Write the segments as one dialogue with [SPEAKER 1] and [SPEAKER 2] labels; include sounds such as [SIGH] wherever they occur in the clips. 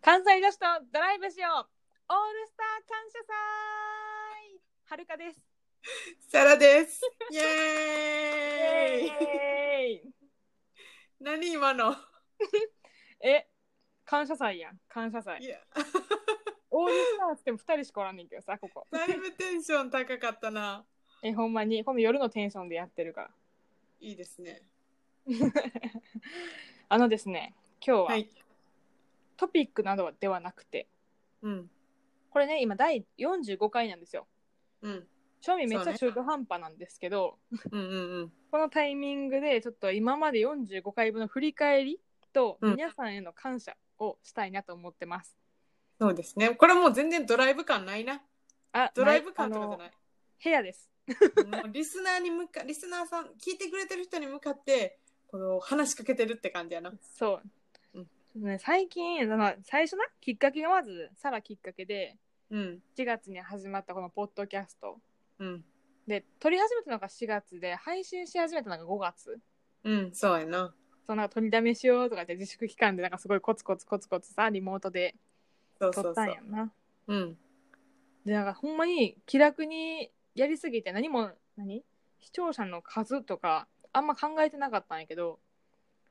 [SPEAKER 1] 関西女子とドライブしようオールスター感謝祭はるかです
[SPEAKER 2] サラ [LAUGHS] です。イ
[SPEAKER 1] イ
[SPEAKER 2] エーイ。
[SPEAKER 1] エーイ
[SPEAKER 2] 何今の。
[SPEAKER 1] え感謝祭やん感謝
[SPEAKER 2] い
[SPEAKER 1] 祭
[SPEAKER 2] や、
[SPEAKER 1] オールスターっつっても2人しかおらんねんけどさここ
[SPEAKER 2] だいぶテンション高かったな。
[SPEAKER 1] えほんまにこの夜のテンションでやってるから
[SPEAKER 2] いいですね。
[SPEAKER 1] [LAUGHS] あのですね今日は
[SPEAKER 2] はい。
[SPEAKER 1] トピックなどではなくて、
[SPEAKER 2] うん。
[SPEAKER 1] これね今第45回なんですよ
[SPEAKER 2] うん。
[SPEAKER 1] 賞味めっ
[SPEAKER 2] そ
[SPEAKER 1] ち
[SPEAKER 2] う
[SPEAKER 1] ゃ
[SPEAKER 2] ね
[SPEAKER 1] 中途半端なんですけど、
[SPEAKER 2] うんうんうん。
[SPEAKER 1] このタイミングでちょっと今まで45回分の振り返りと
[SPEAKER 2] うん
[SPEAKER 1] 皆さんへの感謝をしたいなと思ってます。
[SPEAKER 2] そうですね。これもう全然ドライブ感ないな。
[SPEAKER 1] あ
[SPEAKER 2] ドライブ感とかじゃ
[SPEAKER 1] い
[SPEAKER 2] ない。
[SPEAKER 1] あの部屋です。
[SPEAKER 2] もうリスナーに向か、リスナーさん、聞いてくれてる人に向かって、この話しかけてるって感じやな。
[SPEAKER 1] そう
[SPEAKER 2] うん
[SPEAKER 1] ちょっとね、最近その最初なきっかけがまずさらきっかけで
[SPEAKER 2] うん。
[SPEAKER 1] 4月に始まったこのポッドキャスト
[SPEAKER 2] うん。
[SPEAKER 1] で撮り始めたのが4月で配信し始めたのが5月
[SPEAKER 2] うん、そうやな。
[SPEAKER 1] そのなんか取りだめしようとかって自粛期間でなんかすごいコツコツコツコツさリモートで
[SPEAKER 2] そうそ
[SPEAKER 1] 撮
[SPEAKER 2] う
[SPEAKER 1] っ
[SPEAKER 2] そ
[SPEAKER 1] た。
[SPEAKER 2] うん
[SPEAKER 1] やんな。
[SPEAKER 2] うん。
[SPEAKER 1] でなんかほんまに気楽にやりすぎて何も何視聴者の数とかあんま考えてなかったんやけど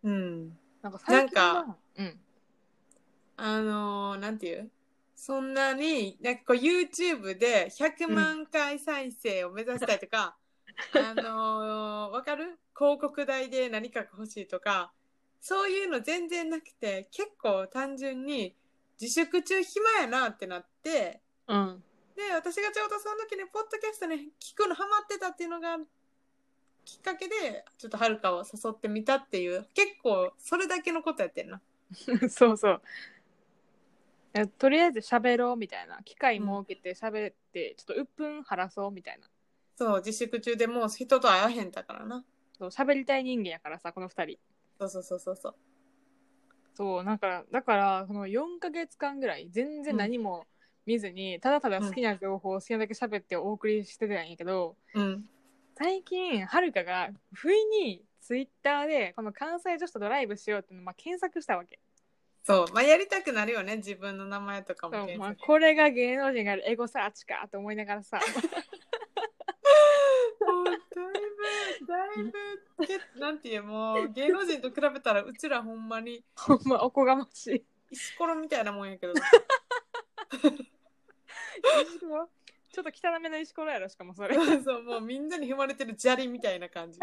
[SPEAKER 2] うん。
[SPEAKER 1] なんか最近は
[SPEAKER 2] なん
[SPEAKER 1] うん、
[SPEAKER 2] あのーなんていうそんなに、なんかこう YouTube で100万回再生を目指したいとか、あのーわかる広告代で何かが欲しいとか、そういうの全然なくて、結構単純に自粛中暇やなってなって、
[SPEAKER 1] うん、
[SPEAKER 2] で、私がちょうどその時にポッドキャストに聞くのハマってたっていうのがきっかけで、ちょっとはるかを誘ってみたっていう、結構それだけのことやってんな。
[SPEAKER 1] [LAUGHS] そうそうえとりあえず喋ろうみたいな機会設けて喋ってちょっと鬱憤晴らそうみたいな
[SPEAKER 2] そう、自粛中でもう人と会わへんだからな。
[SPEAKER 1] そう喋りたい人間やからさこの2人
[SPEAKER 2] そうそうそうそうそう。
[SPEAKER 1] そうなんかだからその4ヶ月間ぐらい全然何も見ずに、ただただ好きな情報を好きなだけ喋ってお送りしてたんやけど、
[SPEAKER 2] うん。
[SPEAKER 1] 最近はるかが不意にツイッターでこの関西女子とドライブしようっていうのをまあ検索したわけ
[SPEAKER 2] そう。まあ、やりたくなるよね。自分の名前とかも
[SPEAKER 1] そう、
[SPEAKER 2] 検
[SPEAKER 1] まあ、
[SPEAKER 2] 索。
[SPEAKER 1] これが芸能人があるエゴサーチかと思いながら [LAUGHS] さ
[SPEAKER 2] もうだいぶ、だい
[SPEAKER 1] [LAUGHS]
[SPEAKER 2] ぶけ、なんていう、もう芸能人と比べたら、うちらほんまに
[SPEAKER 1] ほんまおこがましい
[SPEAKER 2] 石ころみたいなもん
[SPEAKER 1] [LAUGHS]
[SPEAKER 2] やけど。
[SPEAKER 1] 石ころちょっと汚めの石ころやろしかも [LAUGHS] それ
[SPEAKER 2] そう、もうみんなに踏まれてる砂利みたいな感じ。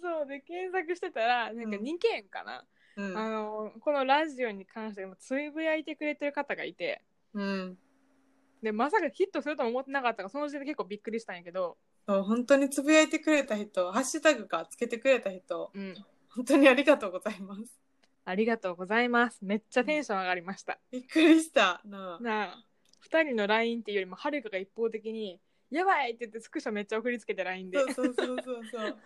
[SPEAKER 1] そうで検索してたらなんか
[SPEAKER 2] うん
[SPEAKER 1] 2件かな、
[SPEAKER 2] うん。
[SPEAKER 1] あのこのラジオに関してもつぶやいてくれてる方がいて
[SPEAKER 2] うん。
[SPEAKER 1] でまさかヒットするとも思ってなかったからその時点で結構びっくりしたんやけど、
[SPEAKER 2] そう、本当につぶやいてくれた人、ハッシュタグかつけてくれた人、
[SPEAKER 1] うん、
[SPEAKER 2] 本当にありがとうございます。
[SPEAKER 1] ありがとうございますめっちゃテンション上がりました
[SPEAKER 2] びっくりした。なあ。
[SPEAKER 1] なあ2人の LINE っていうよりもはるかが一方的に「やばい!」って言ってスクショめっちゃ送りつけて LINE で
[SPEAKER 2] そうそうそうそう
[SPEAKER 1] [LAUGHS]
[SPEAKER 2] そう。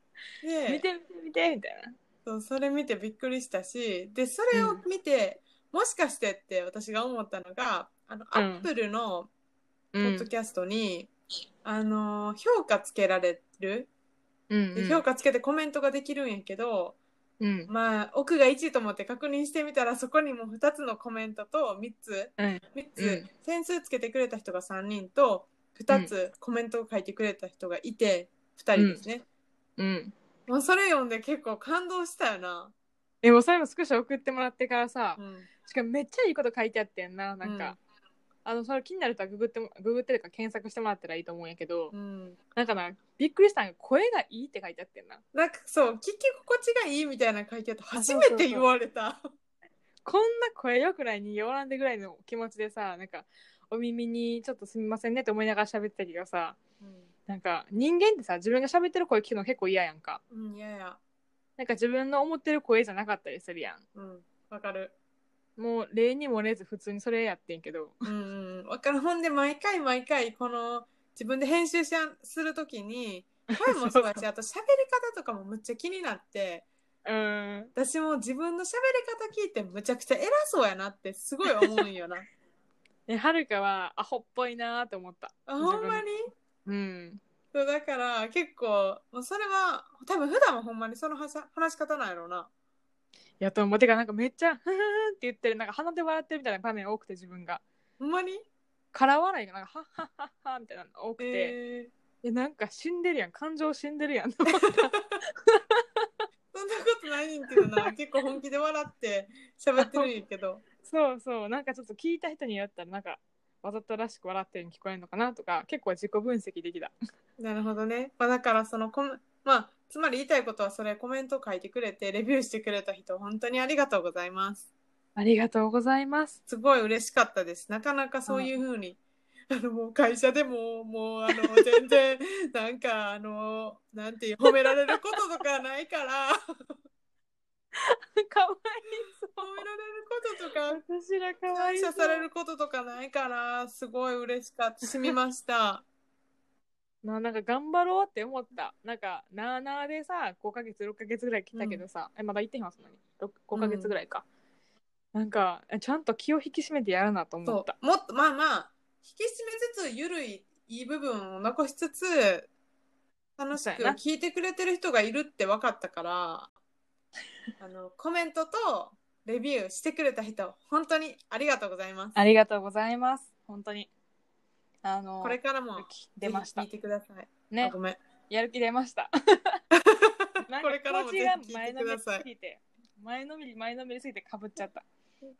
[SPEAKER 1] 「
[SPEAKER 2] で、
[SPEAKER 1] 見て見て見て」みたいな
[SPEAKER 2] そうそれ見てびっくりしたしでそれを見て、もしかしてって私が思ったのがあの、
[SPEAKER 1] うん
[SPEAKER 2] アップルの
[SPEAKER 1] う
[SPEAKER 2] ポッドキャストに、あの評価つけられる
[SPEAKER 1] ん
[SPEAKER 2] で評価つけてコメントができるんやけど、
[SPEAKER 1] うん
[SPEAKER 2] まあ奥が1と思って確認してみたらそこにも2つのコメントと3つ
[SPEAKER 1] うん
[SPEAKER 2] 3
[SPEAKER 1] う
[SPEAKER 2] つ
[SPEAKER 1] ん
[SPEAKER 2] 点数つけてくれた人が3人と2つコメントを書いてくれた人がいて2人ですね、
[SPEAKER 1] うん
[SPEAKER 2] もうそれ読んで結構感動したよな。
[SPEAKER 1] でもそれもスクショ送ってもらってからさ
[SPEAKER 2] うん
[SPEAKER 1] しかもめっちゃいいこと書いてあってんななんか、
[SPEAKER 2] うん
[SPEAKER 1] あのそれ気になる人はググってもググってるか検索してもらったらいいと思うんやけど、
[SPEAKER 2] うん
[SPEAKER 1] なんかなびっくりしたんが声がいいって書いてあってんな
[SPEAKER 2] なんかそう聞き心地がいいみたいな書いてあって初
[SPEAKER 1] そう
[SPEAKER 2] め
[SPEAKER 1] そう
[SPEAKER 2] て言われた
[SPEAKER 1] こんな声よくないによらんでぐらいの気持ちでさなんかお耳にちょっとすみませんねって思いながら喋ってたけどさなんか人間ってさ自分が喋ってる声聞くの結構嫌やんか
[SPEAKER 2] うんうんいやいや
[SPEAKER 1] なんか自分の思ってる声じゃなかったりするや
[SPEAKER 2] うんわかる
[SPEAKER 1] んもう例に漏れず普通にそれやってんけど
[SPEAKER 2] うんうんわかるほんで毎回毎回この自分で編集しゃするときに声もそうや
[SPEAKER 1] そう
[SPEAKER 2] しあと喋り方とかもむっちゃ気になって
[SPEAKER 1] うーん
[SPEAKER 2] 私も自分の喋り方聞いてむちゃくちゃ偉そうやなってすごい思うんよな
[SPEAKER 1] ではるかはアホっぽいなーと思った
[SPEAKER 2] あほんまに
[SPEAKER 1] うん
[SPEAKER 2] そうだから結構もうそれは多分普段はほんまにその話し話し方なんやろうな
[SPEAKER 1] やと思うてかなんかめっちゃ「ふふふ」って言ってるなんか鼻で笑ってるみたいな場面多くて自分が
[SPEAKER 2] ほんまに
[SPEAKER 1] 空笑いがなんか「はっはっはっは」みたいなの多くて、
[SPEAKER 2] えー、
[SPEAKER 1] いやなんか死んでるやん感情死んでるやん [LAUGHS] そう
[SPEAKER 2] そんなことないねんけど
[SPEAKER 1] [LAUGHS]
[SPEAKER 2] な結構本気で笑って喋ってるんやけど
[SPEAKER 1] そうなんかちょっと聞いた人によったらなんかわざとらしく笑ってるように聞こえるのかなとか結構自己分析できた
[SPEAKER 2] なるほどね、まあ、だからそのコメまあつまり言いたいことはそれコメント書いてくれてレビューしてくれた人本当にありがとうございます
[SPEAKER 1] ありがとうございます
[SPEAKER 2] すごい嬉しかったです。なかなかそういうふうに、あの、もう会社でも、もう、あの、全然、 [LAUGHS] なんか、あの、なんていう、褒められることとかないから、 [LAUGHS] 褒
[SPEAKER 1] [LAUGHS] かわい
[SPEAKER 2] められることとか、
[SPEAKER 1] そう私らかわ
[SPEAKER 2] 感
[SPEAKER 1] いそ
[SPEAKER 2] 謝
[SPEAKER 1] う
[SPEAKER 2] されることとかないから、すごい嬉しかった。しみました。
[SPEAKER 1] ななんか頑張ろうって思ったなんかなあなあでさ5ヶ月6ヶ月ぐらい来たけどさ、えまだ行ってへんわそんなに六5ヶ月ぐらいか、なんかえちゃんと気を引き締めてやるなと思
[SPEAKER 2] そ
[SPEAKER 1] った
[SPEAKER 2] う。もっと、まあまあ、引き締めつつ、ゆるい、いい部分を残しつつ、楽し
[SPEAKER 1] そう
[SPEAKER 2] く
[SPEAKER 1] やな
[SPEAKER 2] 聞いてくれてる人がいるって分かっ
[SPEAKER 1] [LAUGHS]
[SPEAKER 2] たから、あの、コメントとレビューしてくれた人、本当にありがとうございます。
[SPEAKER 1] ありがとうございます本当にあの
[SPEAKER 2] これからも
[SPEAKER 1] 出ました
[SPEAKER 2] ぜひ聞いてください。あ
[SPEAKER 1] ね
[SPEAKER 2] ごめん。
[SPEAKER 1] やる気出ま
[SPEAKER 2] [LAUGHS]
[SPEAKER 1] した。
[SPEAKER 2] これからもぜひ聞いてください
[SPEAKER 1] 気持ちが前のめりすぎて、前のめり前のめりすぎてかぶっちゃった。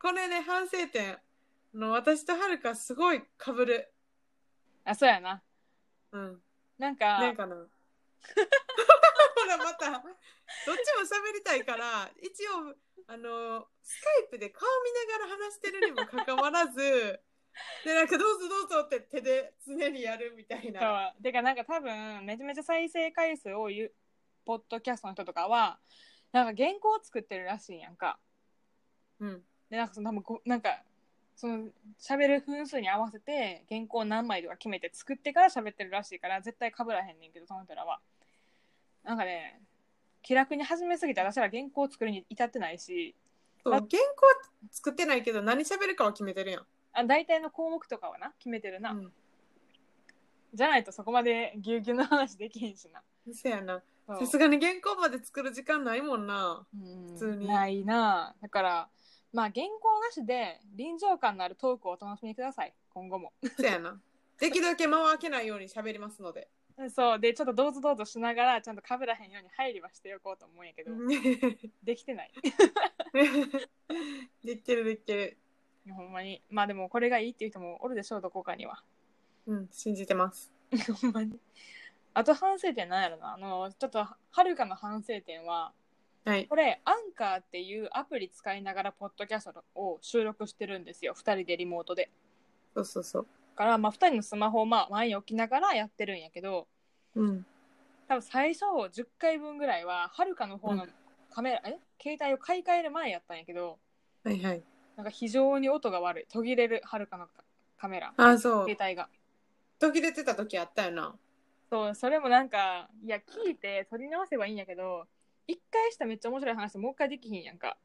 [SPEAKER 2] これね、反省点。あの私とはるかすごい被る。
[SPEAKER 1] あ、そうやな。
[SPEAKER 2] うん。
[SPEAKER 1] なんか、
[SPEAKER 2] ねえかな。ほら、また。どっちも喋りたいから、一応、あの、スカイプで顔見ながら話してるにもかかわらず、で、なんかどうぞどうぞって手で常にやるみたい
[SPEAKER 1] そう
[SPEAKER 2] な。
[SPEAKER 1] はてかなんか多分めちゃめちゃ再生回数多いポッドキャストの人とかはなんか原稿を作ってるらしいやんか。
[SPEAKER 2] うん。
[SPEAKER 1] でなんかその多分こなんかその喋る分数に合わせて原稿何枚とか決めて作ってから喋ってるらしいから絶対かぶらへんねんけどその人らは。なんかね気楽に始めすぎて私ら原稿を作るに至ってないし
[SPEAKER 2] そう原稿は作ってないけど、何喋るかは決めてるやん。
[SPEAKER 1] あ大体の項目とかはな決めてるな、
[SPEAKER 2] うん
[SPEAKER 1] じゃないとそこまでぎゅうぎゅうの話できへんしな
[SPEAKER 2] そやな。
[SPEAKER 1] そう
[SPEAKER 2] さすがに原稿まで作る時間ないもんな。
[SPEAKER 1] うん
[SPEAKER 2] 普通に
[SPEAKER 1] ないなだからまあ原稿なしで臨場感のあるトークをお楽しみください今後も
[SPEAKER 2] そうやな。できるだけ間を空けないように喋りますので。
[SPEAKER 1] そうでちょっとどうぞどうぞしながらちゃんとかぶらへんように配慮はしておこうと思うんやけど、
[SPEAKER 2] [LAUGHS]
[SPEAKER 1] できてない
[SPEAKER 2] できてるできてる。
[SPEAKER 1] ほんまにまあでもこれがいいっていう人もおるでしょうどこかには
[SPEAKER 2] うん、信じてます。
[SPEAKER 1] ほんまにあと反省点なんやろなあのちょっとはるかの反省点は
[SPEAKER 2] はい。
[SPEAKER 1] これアンカーっていうアプリ使いながらポッドキャストを収録してるんですよ2人でリモートで
[SPEAKER 2] そうそうそう。
[SPEAKER 1] だから、まあ、2人のスマホをまあ前に置きながらやってるんやけど
[SPEAKER 2] うん。
[SPEAKER 1] 多分最初10回分ぐらいははるかの方のカメラ、え携帯を買い替える前やったんやけど
[SPEAKER 2] はいはい。
[SPEAKER 1] なんか非常に音が悪い途切れるはるかのカメラ
[SPEAKER 2] あ、そう
[SPEAKER 1] 携。帯が
[SPEAKER 2] 途切れてた時あったよな。
[SPEAKER 1] そうそれもなんかいや聞いて取り直せばいいんやけど1回しためっちゃ面白い話でもう1回できひんやんか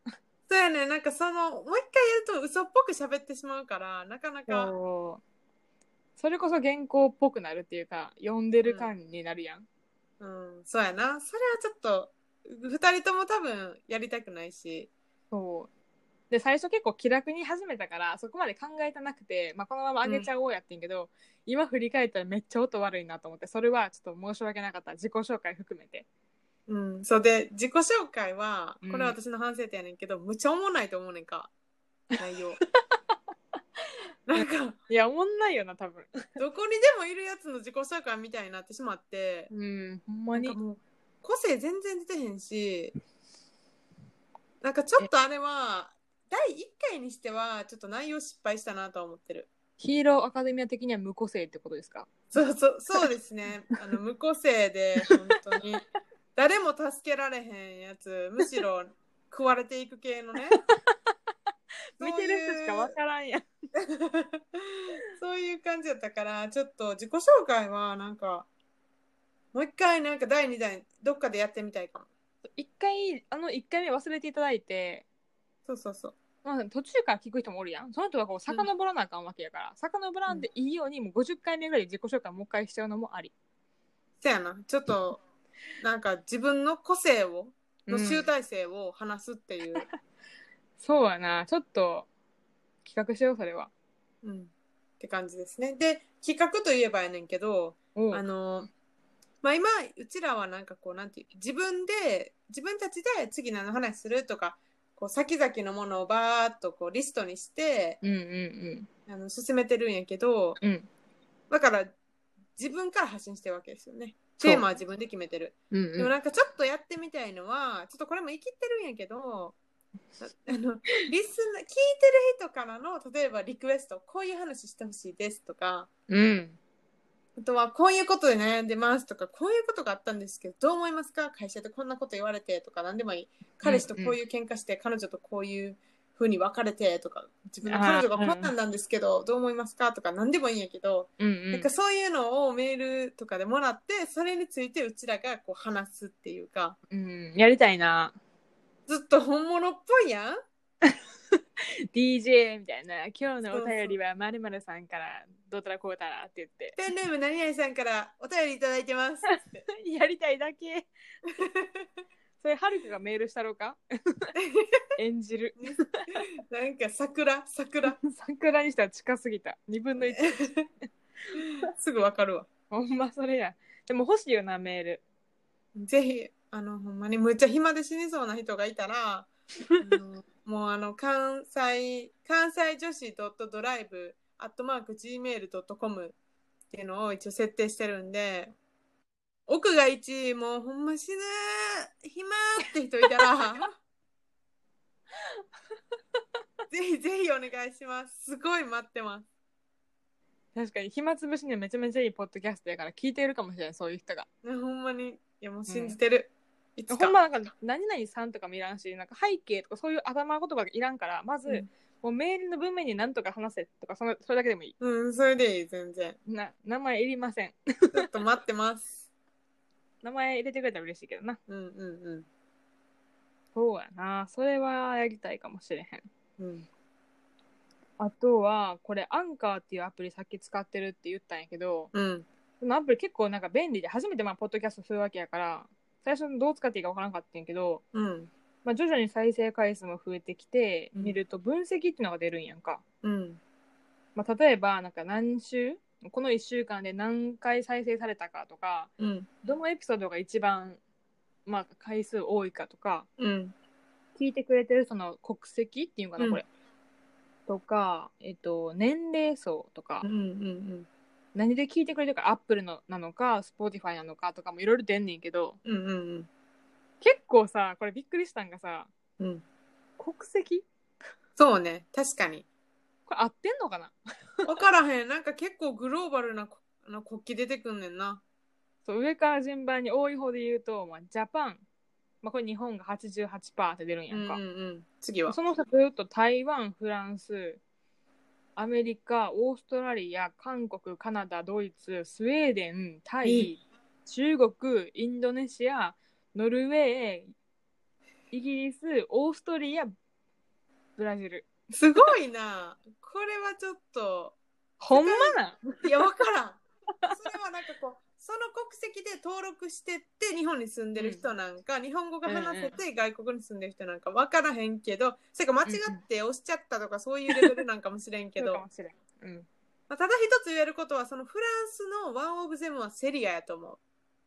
[SPEAKER 2] そうやね。なんかその、もう一回やると嘘っぽく喋ってしまうから、なかなか。
[SPEAKER 1] そうそれこそ原稿っぽくなるっていうか読んでる感になるやん、
[SPEAKER 2] うん、そうやな。それはちょっと、二人とも多分やりたくないし。
[SPEAKER 1] そうで最初結構気楽に始めたからそこまで考えてなくて、まあ、このまま上げちゃおうやってんけど、今振り返ったらめっちゃ音悪いなと思ってそれはちょっと申し訳なかった自己紹介含めて
[SPEAKER 2] うん、そうで自己紹介は
[SPEAKER 1] うん
[SPEAKER 2] これは私の反省点やねんけど、むちゃおもんないと思うねんか内容なんか
[SPEAKER 1] いやおもんないよな多分
[SPEAKER 2] どこにでもいるやつの自己紹介みたいになってしまって、
[SPEAKER 1] うんほんまに
[SPEAKER 2] なんかもう個性全然出てへんしなんかちょっとあれは第1回にしてはちょっと内容失敗したなとは思ってる
[SPEAKER 1] ヒーローアカデミア的には無個性ってことですか
[SPEAKER 2] そうそうそうですねあの無個性で本当に誰も助けられへんやつむしろ食われていく系のね
[SPEAKER 1] [LAUGHS] 見てる人しか分からんやん [LAUGHS]
[SPEAKER 2] そういう感じだったから、ちょっと自己紹介はなんか、もう一回なんか第2弾、どっかでやってみたいかも。
[SPEAKER 1] 一回あの1回目忘れていただいて
[SPEAKER 2] そうそうそう。
[SPEAKER 1] まあ、途中から聞く人もおるやんその人はこう遡らなあかんわけやから、遡らんでいいようにもう50回目ぐらいで自己紹介もう一回しちゃうのもあり、
[SPEAKER 2] せやな。ちょっと、なんか自分の個性を、の集大成を話すっていう
[SPEAKER 1] そうやな。ちょっと、企画しよう、それは。
[SPEAKER 2] うん、って感じですね。で企画といえばやねんけど、
[SPEAKER 1] おう
[SPEAKER 2] あのまあ、今うちらはなんかこうなんていう自分で自分たちで次何の話するとかこう先々のものをバーっとこうリストにして
[SPEAKER 1] うんうん
[SPEAKER 2] あの進めてるんやけど
[SPEAKER 1] うん。うん。
[SPEAKER 2] だから自分から発信してるわけですよね。
[SPEAKER 1] そう
[SPEAKER 2] テーマは自分で決めてる。
[SPEAKER 1] うん
[SPEAKER 2] でも
[SPEAKER 1] うん。
[SPEAKER 2] なんかちょっとやってみたいのはちょっとこれも生きってるんや
[SPEAKER 1] [LAUGHS]
[SPEAKER 2] けどああのリスナー聞いてる人からの例えばリクエストこういう話してほしいですとか
[SPEAKER 1] うん。
[SPEAKER 2] あとはこういうことで悩んでますとかこういうことがあったんですけどどう思いますか会社でこんなこと言われてとか何でもいい彼氏とこういう喧嘩して、彼女とこういうふうに別れてとか自分の彼女がこんなんなんですけどどう思いますかとか何でもいいんやけど、
[SPEAKER 1] うんう
[SPEAKER 2] なん
[SPEAKER 1] ん
[SPEAKER 2] か。そういうのをメールとかでもらってそれについてうちらがこう話すっていうか。
[SPEAKER 1] うん。やりたいな。
[SPEAKER 2] ずっと本物っぽいやん
[SPEAKER 1] DJ みたいな。今日のお便りはまるまるさんから、どうたらこうたらって言って。 [LAUGHS]
[SPEAKER 2] ペンネーム何々さんからお便りいただいてます
[SPEAKER 1] やりたいだけ。 [LAUGHS] それ、はるかがメールしたろう
[SPEAKER 2] [LAUGHS]
[SPEAKER 1] か演じる。
[SPEAKER 2] なんか桜桜 [LAUGHS]
[SPEAKER 1] 桜にしたら近すぎた。2分の1。
[SPEAKER 2] すぐわかるわ
[SPEAKER 1] ほんまそれや。でも欲しいよな、メール。
[SPEAKER 2] ぜひあのほんまにむっちゃ暇で死にそうな人がいたらあのもうあの関西関西女子ドットドライブアットマーク Gmail.com っていうのを一応設定してるんで奥が1もうほんま死ぬ暇って人いたらぜひぜひお願いしますすごい待ってます
[SPEAKER 1] 確かに、暇つぶしにはめちゃめちゃいいポッドキャストやから、聞いているかもしれない、そういう人が。
[SPEAKER 2] ねほんまにいやもう信じてる、いつか
[SPEAKER 1] ほんまなんか何々さんとかもいらんしなんか背景とかそういう頭言葉がいらんからまず、
[SPEAKER 2] うん
[SPEAKER 1] もうメールの文面に何とか話せとかそのそれだけでもい
[SPEAKER 2] うんそれでいい全然
[SPEAKER 1] いな名前いりません
[SPEAKER 2] ちょっと待ってます
[SPEAKER 1] 名前入れてくれたら嬉しいけどな
[SPEAKER 2] うんうん
[SPEAKER 1] そうやなそれはやりたいかもしれへん
[SPEAKER 2] うんうん
[SPEAKER 1] あとはこれアンカーっていうアプリさっき使ってるって言ったんやけど
[SPEAKER 2] うん
[SPEAKER 1] このアプリ結構なんか便利で初めてまあポッドキャストするわけやから最初どう使っていいかわからんかったんやけど、
[SPEAKER 2] うん
[SPEAKER 1] まあ、徐々に再生回数も増えてきて
[SPEAKER 2] うん
[SPEAKER 1] 見ると分析っていうのが出るんやんか、
[SPEAKER 2] うん
[SPEAKER 1] まあ、例えばなんか何週この1週間で何回再生されたかとか
[SPEAKER 2] うん
[SPEAKER 1] どのエピソードが一番、まあ、回数多いかとか
[SPEAKER 2] うん
[SPEAKER 1] 聞いてくれてる人の国籍っていうのかな、
[SPEAKER 2] うん
[SPEAKER 1] これとか、えっと、年齢層とか、
[SPEAKER 2] うん
[SPEAKER 1] 何で聞いてくれてるかアップルのなのか Spotify なのかとかもいろいろ出んねんけど
[SPEAKER 2] うんうんうん
[SPEAKER 1] 結構さこれびっくりしたんがさ
[SPEAKER 2] うん
[SPEAKER 1] 国籍
[SPEAKER 2] そうね確かに
[SPEAKER 1] これ合ってんのかな
[SPEAKER 2] 分からへんなんか結構グローバルなこな国旗出てくんねんな
[SPEAKER 1] そう上から順番に多い方で言うと、まあ、ジャパン、まあ、これ日本が88%って出るんや
[SPEAKER 2] う
[SPEAKER 1] ん
[SPEAKER 2] んうん
[SPEAKER 1] か。
[SPEAKER 2] うん次は
[SPEAKER 1] その他ずっと台湾、フランス、アメリカ、オーストラリア、韓国、カナダ、ドイツ、スウェーデン、タイ、中国、インドネシア、ノルウェー、イギリス、オーストリア、ブラジル。
[SPEAKER 2] すごいなこれはちょっと
[SPEAKER 1] ほんまなん
[SPEAKER 2] いや分からんそれはなんかこうその国籍で登録してって日本に住んでる人なんか、日本語が話せて外国に住んでる人なんか分からへんけど、それか間違って押しちゃったとかそういうレベルなんかもしれんけ
[SPEAKER 1] そう
[SPEAKER 2] ど
[SPEAKER 1] かもしれん。うん。
[SPEAKER 2] まあ、ただ一つ言えることはそのフランスのワン・オブ・ゼムはセリアやと思う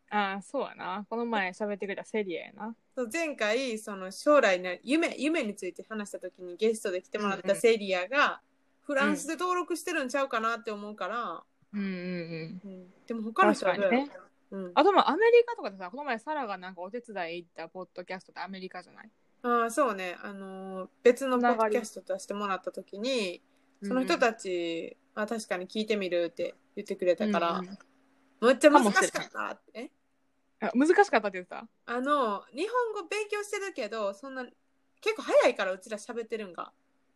[SPEAKER 1] ああ、そうやな。この前喋ってくれたセリアやな。
[SPEAKER 2] そう前回その将来の夢夢について話した時にゲストで来てもら
[SPEAKER 1] う
[SPEAKER 2] っ
[SPEAKER 1] んう
[SPEAKER 2] た
[SPEAKER 1] ん
[SPEAKER 2] セリアがフランスで登録してるんちゃうかなって思うから、
[SPEAKER 1] うんうんうん。
[SPEAKER 2] うんでも他の人はどうやろう
[SPEAKER 1] 確
[SPEAKER 2] うん、あ
[SPEAKER 1] あとまあアメリカとかでさ、この前サラがなんかお手伝い行ったポッドキャストってアメリカじゃない
[SPEAKER 2] あーそうね、あのー別のポッドキャストとしてもらった時にその人
[SPEAKER 1] ち
[SPEAKER 2] たち、あ確かに聞いてみるって言ってくれたから、
[SPEAKER 1] うんうん
[SPEAKER 2] むっちゃ難しかったってえ
[SPEAKER 1] あ [LAUGHS] 難しかったって言ってた
[SPEAKER 2] あの日本語勉強してるけどそんな結構早いからうちら喋ってるんが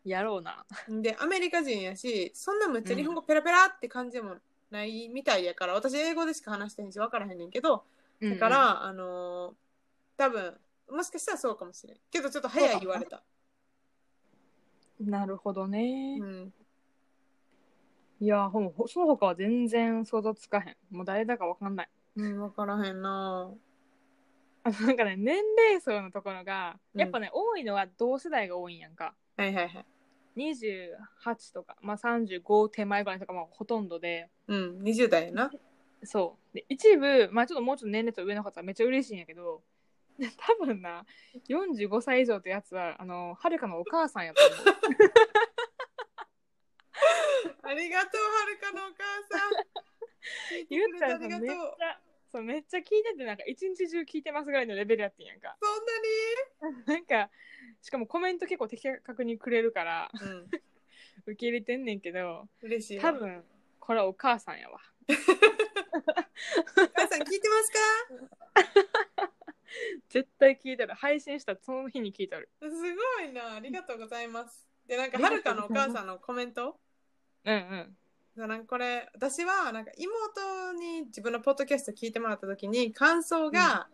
[SPEAKER 1] やろうな。
[SPEAKER 2] でアメリカ人やしそんなむっちゃ日本語ペラペラって感じでもないみたいやから、私英語でしか話してへんし分からへんねんけどだか
[SPEAKER 1] うんうん、
[SPEAKER 2] ら、あのー多分もしかしたらそうかもしれんけどちょっと早い言われた
[SPEAKER 1] なるほどね
[SPEAKER 2] う、ん
[SPEAKER 1] いやほんほその他は全然想像つかへんもう誰だかわかんない [LAUGHS]
[SPEAKER 2] うん分からへんな
[SPEAKER 1] あのなんかね年齢層のところがやっぱね、多いのは同世代が多いんやんか
[SPEAKER 2] はいはいはい。
[SPEAKER 1] 28とか、まあ、35手前ぐらいとか、まあ、ほとんどで
[SPEAKER 2] うん、20代やな。
[SPEAKER 1] そうで一部、まあ、ちょっともうちょっと年齢と上の方はめっちゃ嬉しいんやけど [LAUGHS] 多分な45歳以上ってやつはあのはるかのお母さんやと思う
[SPEAKER 2] ありがとう、はるかのお母さん。
[SPEAKER 1] [LAUGHS]
[SPEAKER 2] 聞いて
[SPEAKER 1] 言
[SPEAKER 2] く
[SPEAKER 1] っ
[SPEAKER 2] れ
[SPEAKER 1] た
[SPEAKER 2] て
[SPEAKER 1] らさめっ
[SPEAKER 2] ありがと
[SPEAKER 1] ち
[SPEAKER 2] う
[SPEAKER 1] ゃ。そうめっちゃ聞いててなんか一日中聞いてますぐらいのレベルやってんやんか
[SPEAKER 2] そ
[SPEAKER 1] なんかしかもコメント結構的確にくれるから
[SPEAKER 2] んなに、うん、
[SPEAKER 1] 受け入れてんねんけど
[SPEAKER 2] 嬉しいわ。
[SPEAKER 1] 多分これはお母さんやわ
[SPEAKER 2] お母さん聞いてますか
[SPEAKER 1] 絶対聞いてる配信したその日に聞いてる
[SPEAKER 2] すごいな、ありがとうございます。で、なんか、はるかのお母さんのコメント
[SPEAKER 1] うんうん
[SPEAKER 2] そうなんかこれ、私は、なんか、妹に自分のポッドキャスト聞いてもらった時に、感想が、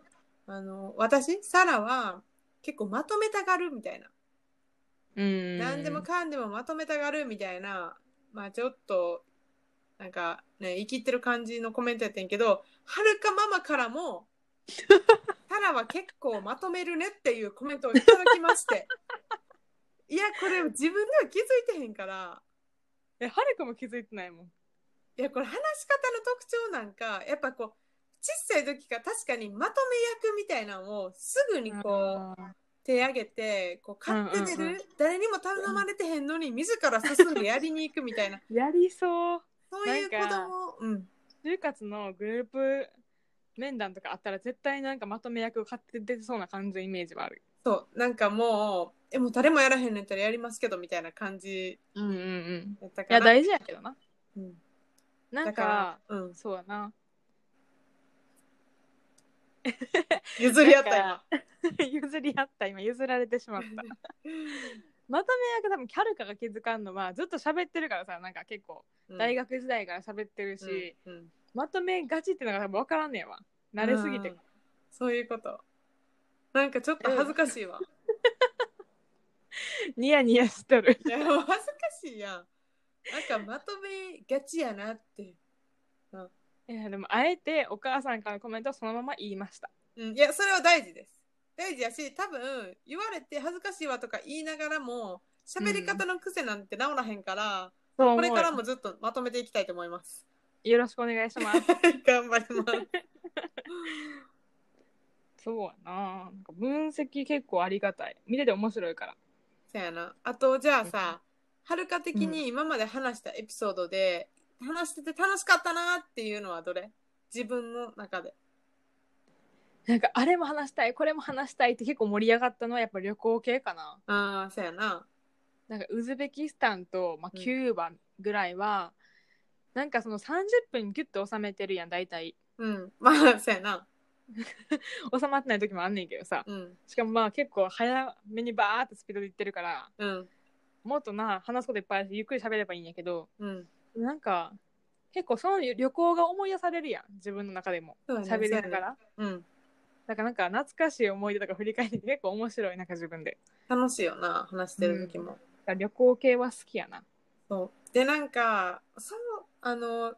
[SPEAKER 2] あの、私、サラは、結構まとめたがるみたいな。
[SPEAKER 1] うん
[SPEAKER 2] 何でもかんでもまとめたがるみたいな、まあちょっと、なんかね、生きってる感じのコメントやってんけど、はるかママか
[SPEAKER 1] [LAUGHS]
[SPEAKER 2] らも、タラは結構まとめるねっていうコメントをいただきまして。いや、これ自分では気づいてへんから、
[SPEAKER 1] えはるかも気づいてないもん
[SPEAKER 2] いや、これ話し方の特徴なんか、やっぱこう、小さい時から確かにまとめ役みたいなのをすぐにこう、手挙げてこう勝手出る、
[SPEAKER 1] うんうんうん
[SPEAKER 2] 誰にも頼まれてへんのに自ら進んでやりに行くみたい
[SPEAKER 1] [LAUGHS]
[SPEAKER 2] な
[SPEAKER 1] やりそう
[SPEAKER 2] そういう子
[SPEAKER 1] なんか
[SPEAKER 2] 供うん
[SPEAKER 1] 就活のグループ面談とかあったら絶対なんかまとめ役を買って出てそうな感じのイメージはある
[SPEAKER 2] そうなんかもうえもう誰もやらへんのやったらやりますけどみたいな感じ
[SPEAKER 1] うんうんうん
[SPEAKER 2] やった
[SPEAKER 1] い
[SPEAKER 2] か
[SPEAKER 1] や
[SPEAKER 2] ら
[SPEAKER 1] 大事やけどな
[SPEAKER 2] うん
[SPEAKER 1] なんか
[SPEAKER 2] だからうん、
[SPEAKER 1] そうやな
[SPEAKER 2] 譲り合った
[SPEAKER 1] なん
[SPEAKER 2] 今
[SPEAKER 1] [LAUGHS] 譲り合った今譲られてしまった [LAUGHS] まとめ役多分キャルカが気づかんのはずっと喋ってるからさなんか結構大
[SPEAKER 2] 学
[SPEAKER 1] 学時代から喋ってるし、
[SPEAKER 2] うんうん
[SPEAKER 1] まとめがちっていうのが多分分からんねやわ慣れすぎて、
[SPEAKER 2] うんそういうことなんかちょっと恥ずかしいわ、
[SPEAKER 1] ニヤニヤしとる
[SPEAKER 2] いやもう恥ずかしいやんなんかまとめがちやなっ
[SPEAKER 1] [LAUGHS]
[SPEAKER 2] て、
[SPEAKER 1] いやでもあえてお母さんからのコメントをそのまま言いました
[SPEAKER 2] うん、いやそれは大事です大事やし多分言われて恥ずかしいわとか言いながらも喋り方の癖なんて直らへんから、
[SPEAKER 1] そう思
[SPEAKER 2] こ
[SPEAKER 1] う
[SPEAKER 2] れ
[SPEAKER 1] よ
[SPEAKER 2] からもずっとまとめていきたいと思います。
[SPEAKER 1] よろしくお願いし [LAUGHS] ます
[SPEAKER 2] [LAUGHS] 頑張ります。
[SPEAKER 1] そうやななんか分析結構ありがたい見てて面白いから
[SPEAKER 2] そやな。あとじゃあさ、はるか的に今まで話したエピソードで、話してて楽しかったなっていうのはどれ自分の中で。
[SPEAKER 1] なんかあれも話したいこれも話したいって結構盛り上がったのはやっぱ旅行系かな
[SPEAKER 2] ああ、そやな。
[SPEAKER 1] なんかウズベキスタンと、まあ、
[SPEAKER 2] うん
[SPEAKER 1] キューバぐらいは、なんかその30分ギュッと収めてるやん大体
[SPEAKER 2] うん。 [LAUGHS] まあ、そやな。
[SPEAKER 1] 収まってない時もあんねんけどさ
[SPEAKER 2] うん。
[SPEAKER 1] しかもまあ結構早めにバーってスピードでいってるから
[SPEAKER 2] うん。
[SPEAKER 1] もっとな話すこといっぱいあるしゆっくり喋ればいいんやけど
[SPEAKER 2] うん。
[SPEAKER 1] なんか結構その旅行が思い出されるやん自分の中でも
[SPEAKER 2] そうやね
[SPEAKER 1] 喋りな
[SPEAKER 2] そ
[SPEAKER 1] が
[SPEAKER 2] うや
[SPEAKER 1] ら
[SPEAKER 2] うん。
[SPEAKER 1] だからなんか懐かしい思い出とか振り返って結構面白いなんか自分で
[SPEAKER 2] 楽しいよな、話してる時も。
[SPEAKER 1] だから旅行系は好きやな
[SPEAKER 2] そうでなんかそのあの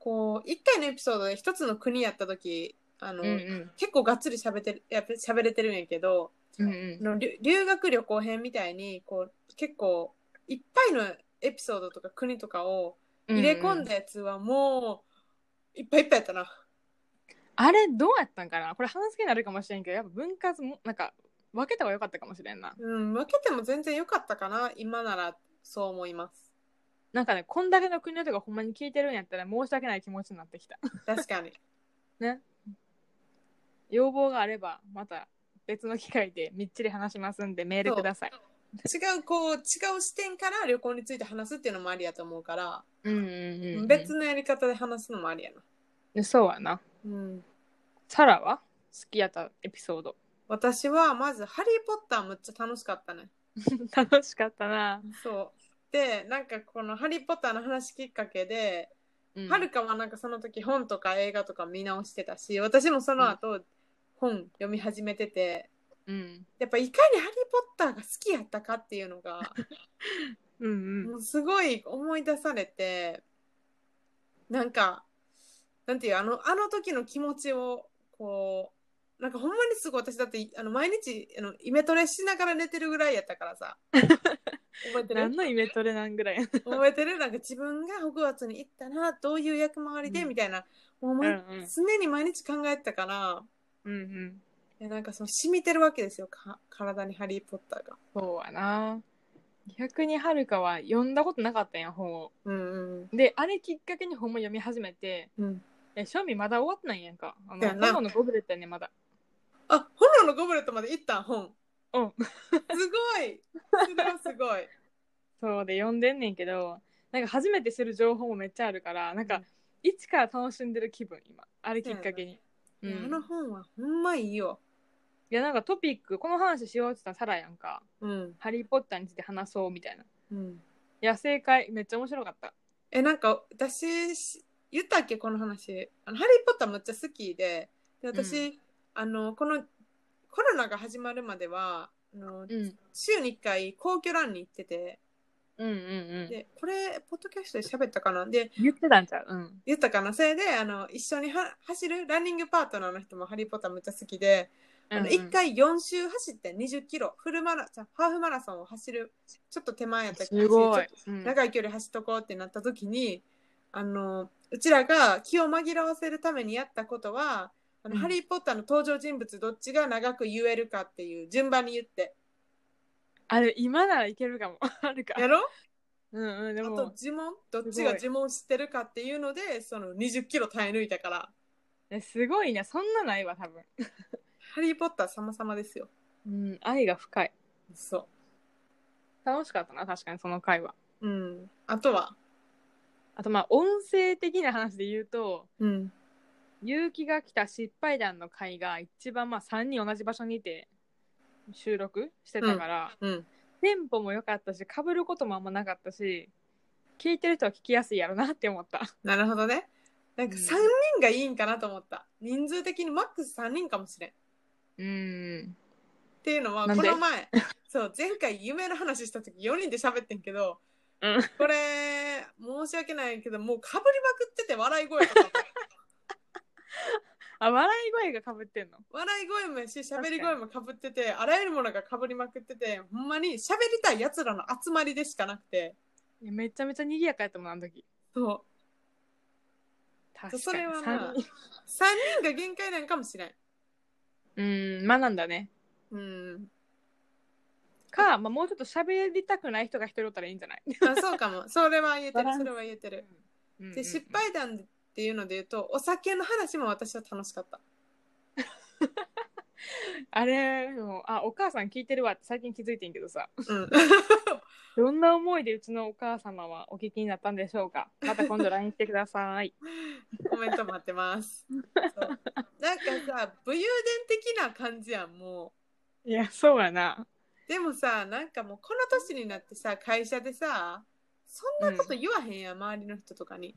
[SPEAKER 2] こう1回のエピソードで一つの国やった時あの、
[SPEAKER 1] うんうん
[SPEAKER 2] 結構がっつり喋ってるやっぱ喋れてるんやけど
[SPEAKER 1] うん
[SPEAKER 2] あの留留学旅行編みたいにこう結構いっぱいのエピソードとか国とかを
[SPEAKER 1] うん
[SPEAKER 2] 入れ込んだやつはもういっぱいいっぱいやったな。
[SPEAKER 1] あれどうやったんかなこれ話す気になるかもしれんけどやっぱ分割もなんか分けた方が良かったかもしれんな
[SPEAKER 2] うん、分けても全然良かったかな今ならそう思います。
[SPEAKER 1] なんかねこんだけの国の人がほんまに聞いてるんやったら申し訳ない気持ちになってきた [LAUGHS]
[SPEAKER 2] 確かに。
[SPEAKER 1] 要望があればまた別の機会でみっちり話しますんでメールください
[SPEAKER 2] 違うこう違う視点から旅行について話すっていうのもありやと思うから。
[SPEAKER 1] うんうんうん、
[SPEAKER 2] 別のやり方で話すのもありやな。
[SPEAKER 1] にそうやな
[SPEAKER 2] うん、
[SPEAKER 1] サラは好きやったエピソード
[SPEAKER 2] 私はまず「ハリー・ポッター」むっちゃ楽しかったね。
[SPEAKER 1] [LAUGHS] 楽しかったな、
[SPEAKER 2] そうでなんかこの「ハリー・ポッター」の話きっかけで、
[SPEAKER 1] うん
[SPEAKER 2] はるかはなんかその時本とか映画とか見直してたし私もその後本読み始めてて
[SPEAKER 1] うん
[SPEAKER 2] やっぱいかに「ハリー・ポッター」が好きやったかっていうのが
[SPEAKER 1] うんうん
[SPEAKER 2] もうすごい思い出されてなんかなんていうあのあの時の気持ちをこうなんかほんま
[SPEAKER 1] [LAUGHS]
[SPEAKER 2] にすごい私だってあの毎日あのイメトレしながら寝てるぐらいやったからさ覚えてる
[SPEAKER 1] 何のイメトレなんぐらい。
[SPEAKER 2] 覚えてるなんか自分が北月に行ったなどういう役回りで、
[SPEAKER 1] うん
[SPEAKER 2] みたいなもう
[SPEAKER 1] うんう
[SPEAKER 2] 毎
[SPEAKER 1] ん。
[SPEAKER 2] 常に毎日考えてたから
[SPEAKER 1] うんうん。
[SPEAKER 2] いやなんかその染みてるわけですよか体に「ハリー・ポッターが」
[SPEAKER 1] そうやな。逆にはるかは読んだことなかったんや、本を。
[SPEAKER 2] うんうん
[SPEAKER 1] で、あれきっかけに本も読み始めて、
[SPEAKER 2] うん、
[SPEAKER 1] え、賞味まだ終わってないんやんか。あ
[SPEAKER 2] そ
[SPEAKER 1] の、
[SPEAKER 2] やな
[SPEAKER 1] 炎のゴブレットやね、まだ。
[SPEAKER 2] あ炎のゴブレットまで行ったん本
[SPEAKER 1] うん。 [LAUGHS]
[SPEAKER 2] すごいそれはすごい
[SPEAKER 1] そうで読んでんねんけどなんか初めて知る情報もめっちゃあるからなん
[SPEAKER 2] う
[SPEAKER 1] か
[SPEAKER 2] ん
[SPEAKER 1] 一から楽しんでる気分今あれきっかけに、う
[SPEAKER 2] い
[SPEAKER 1] ん、
[SPEAKER 2] やあの
[SPEAKER 1] い
[SPEAKER 2] 本はほんまいいよ
[SPEAKER 1] やなんかトピックこの話しようって言ったらサラやんか
[SPEAKER 2] うん
[SPEAKER 1] 「ハリー・ポッター」について話そうみたいな
[SPEAKER 2] うん
[SPEAKER 1] 野生会めっちゃ面白かった
[SPEAKER 2] えなんか私し言ったっけこの話あの「ハリー・ポッター」むっちゃ好きでで私、あのこのコロナが始まるまではあの、
[SPEAKER 1] うん
[SPEAKER 2] 週に1回皇居ランに行ってて
[SPEAKER 1] うんうんうん
[SPEAKER 2] でこれポッドキャストで喋ったかなで
[SPEAKER 1] 言ってたんちゃううん
[SPEAKER 2] 言ったかなそれであの一緒には走るランニングパートナーの人も「ハリー・ポッター」むっちゃ好きで、あの1回4周走って2 0キロフルマラじゃハーフマラソンを走るちょっと手前やったけど
[SPEAKER 1] すごい
[SPEAKER 2] ちょっと、
[SPEAKER 1] うん
[SPEAKER 2] 長い距離走っとこうってなった時にあのうちらが気を紛らわせるためにやったことは「あの
[SPEAKER 1] うん
[SPEAKER 2] ハリー・ポッター」の登場人物どっちが長く言えるかっていう順番に言って
[SPEAKER 1] あれ今ならいけるかも [LAUGHS] あるか
[SPEAKER 2] やろ
[SPEAKER 1] うんうんで
[SPEAKER 2] あと
[SPEAKER 1] も
[SPEAKER 2] 呪文どっ
[SPEAKER 1] す
[SPEAKER 2] ち
[SPEAKER 1] ごい
[SPEAKER 2] が呪文してるかっていうのでその20キロ耐え抜いたから
[SPEAKER 1] えすごいねそんなないわ多分
[SPEAKER 2] 「ハリー・ポッター」様々ですよ
[SPEAKER 1] うん愛が深い
[SPEAKER 2] そ
[SPEAKER 1] 楽しかったな確かにその回は
[SPEAKER 2] ううんあとは
[SPEAKER 1] あとまあ音声的な話で言うと
[SPEAKER 2] うん
[SPEAKER 1] 結城が来た失敗談の回が一番まあ3人同じ場所にいて収録してたから、
[SPEAKER 2] うん
[SPEAKER 1] テンポも良かったし被ることもあんまなかったし聞いてる人は聞きやすいやろなって思った
[SPEAKER 2] なるほどねなんか
[SPEAKER 1] うん
[SPEAKER 2] 3人がいいんかなと思った人数的にマックス3人かもしれん
[SPEAKER 1] うん
[SPEAKER 2] っていうのは
[SPEAKER 1] なん
[SPEAKER 2] こ
[SPEAKER 1] で
[SPEAKER 2] の前そう前回夢の話した時4人で喋ってんけど、
[SPEAKER 1] うん
[SPEAKER 2] これ申し訳ないけどもうかぶりまくってて笑い声とか
[SPEAKER 1] [LAUGHS]
[SPEAKER 2] も
[SPEAKER 1] あ笑い声が被ってんの
[SPEAKER 2] 笑い声もやし喋り声もかぶっててあらゆるものがかぶりまくっててほんまに喋りたいやつらの集まりでしかなくて
[SPEAKER 1] いやめちゃめちゃ賑やかやったもんあの時
[SPEAKER 2] そ
[SPEAKER 1] 確かに
[SPEAKER 2] それはな
[SPEAKER 1] 三人
[SPEAKER 2] う3人が限界なんかもしれん
[SPEAKER 1] うん学んだね
[SPEAKER 2] うん
[SPEAKER 1] か、まあ、もうちょっと喋りたくない人が一人おったらいいんじゃない、
[SPEAKER 2] あそうかもそれは言えて
[SPEAKER 1] バ
[SPEAKER 2] る
[SPEAKER 1] ランス
[SPEAKER 2] それは言えてる
[SPEAKER 1] うんうんう
[SPEAKER 2] で
[SPEAKER 1] ん
[SPEAKER 2] 失敗談っていうので言うとお酒の話も私は楽しかった
[SPEAKER 1] あれもあお母さん聞いてるわって最近気づいてんけどさ
[SPEAKER 2] うん
[SPEAKER 1] [LAUGHS] どんな思いでうちのお母様はお聞きになったんでしょうかまた今度 LINE してくださ
[SPEAKER 2] [LAUGHS]
[SPEAKER 1] い。
[SPEAKER 2] コメント待ってます。そうなんかさ、武勇伝的な感じやん、も
[SPEAKER 1] いや、そうやな。
[SPEAKER 2] う。でもさ、なんかもうこの年になってさ、会社でさ、そんなこと言わへんやん、周りの人とかに。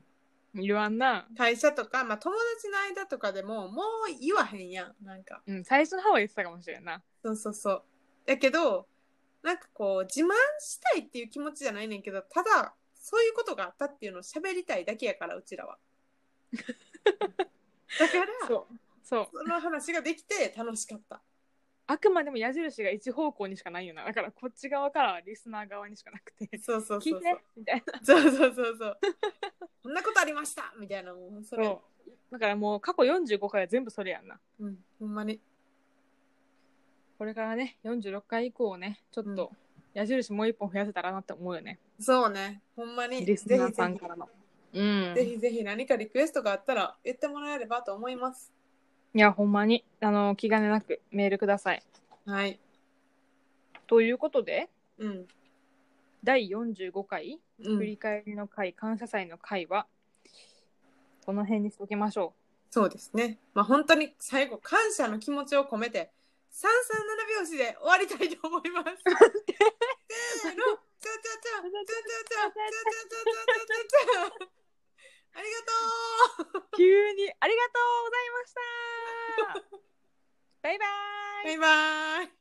[SPEAKER 1] 言わんな。
[SPEAKER 2] 会社とか、まあ友達の間とかでも、もう言わへんやん、なんか。
[SPEAKER 1] うん、最初の方は言ってたかもしれんな。
[SPEAKER 2] そうそうそう。だけど、なんかこう、自慢したいっていう気持ちじゃないねんけど、ただ、そういうことがあったっていうのを喋りたいだけやから、う
[SPEAKER 1] [LAUGHS]
[SPEAKER 2] ちらは。だから、
[SPEAKER 1] そう。そう。
[SPEAKER 2] その話ができて楽しかった。
[SPEAKER 1] あくまでも矢印が一方向にしかないよな。だからこっち側からリスナー側にしかなくて。
[SPEAKER 2] そうそう
[SPEAKER 1] 聞
[SPEAKER 2] そ
[SPEAKER 1] いうてみたいな。
[SPEAKER 2] そう。そうそうそうそう。こんなことありましたみたいなもうそれ。
[SPEAKER 1] そう。だからもう過去45回は全部それやんな。
[SPEAKER 2] うん、ほんまに。
[SPEAKER 1] これからね、46回以降ね、ちょっと矢印もう一本増やせたらなって思うよね。
[SPEAKER 2] そうね。ほんまに。ぜ
[SPEAKER 1] リ
[SPEAKER 2] ひ
[SPEAKER 1] ス
[SPEAKER 2] ぜ
[SPEAKER 1] ナーさん
[SPEAKER 2] ひ
[SPEAKER 1] からの。うん。
[SPEAKER 2] ぜひぜひ何かリクエストがあったら言ってもらえればと思います。
[SPEAKER 1] いや、ほんまに、あの、気兼ねなくメールください。
[SPEAKER 2] はい。
[SPEAKER 1] ということで、
[SPEAKER 2] うん。
[SPEAKER 1] 第45回
[SPEAKER 2] う
[SPEAKER 1] 振
[SPEAKER 2] ん、
[SPEAKER 1] り返りの会、感謝祭の会はこの辺にしときましょ
[SPEAKER 2] そうですね。まあ本当に最後、感謝の気持ちを込めて、三三七拍子で終わりたいと思います。せーの、ちゃちゃちゃ、ちゃちゃちゃ、ちゃちゃちゃ、ちゃちゃちゃちゃちゃちゃ。ありがとう
[SPEAKER 1] う急にありがとうございました [LAUGHS] バイバイ
[SPEAKER 2] バイバイ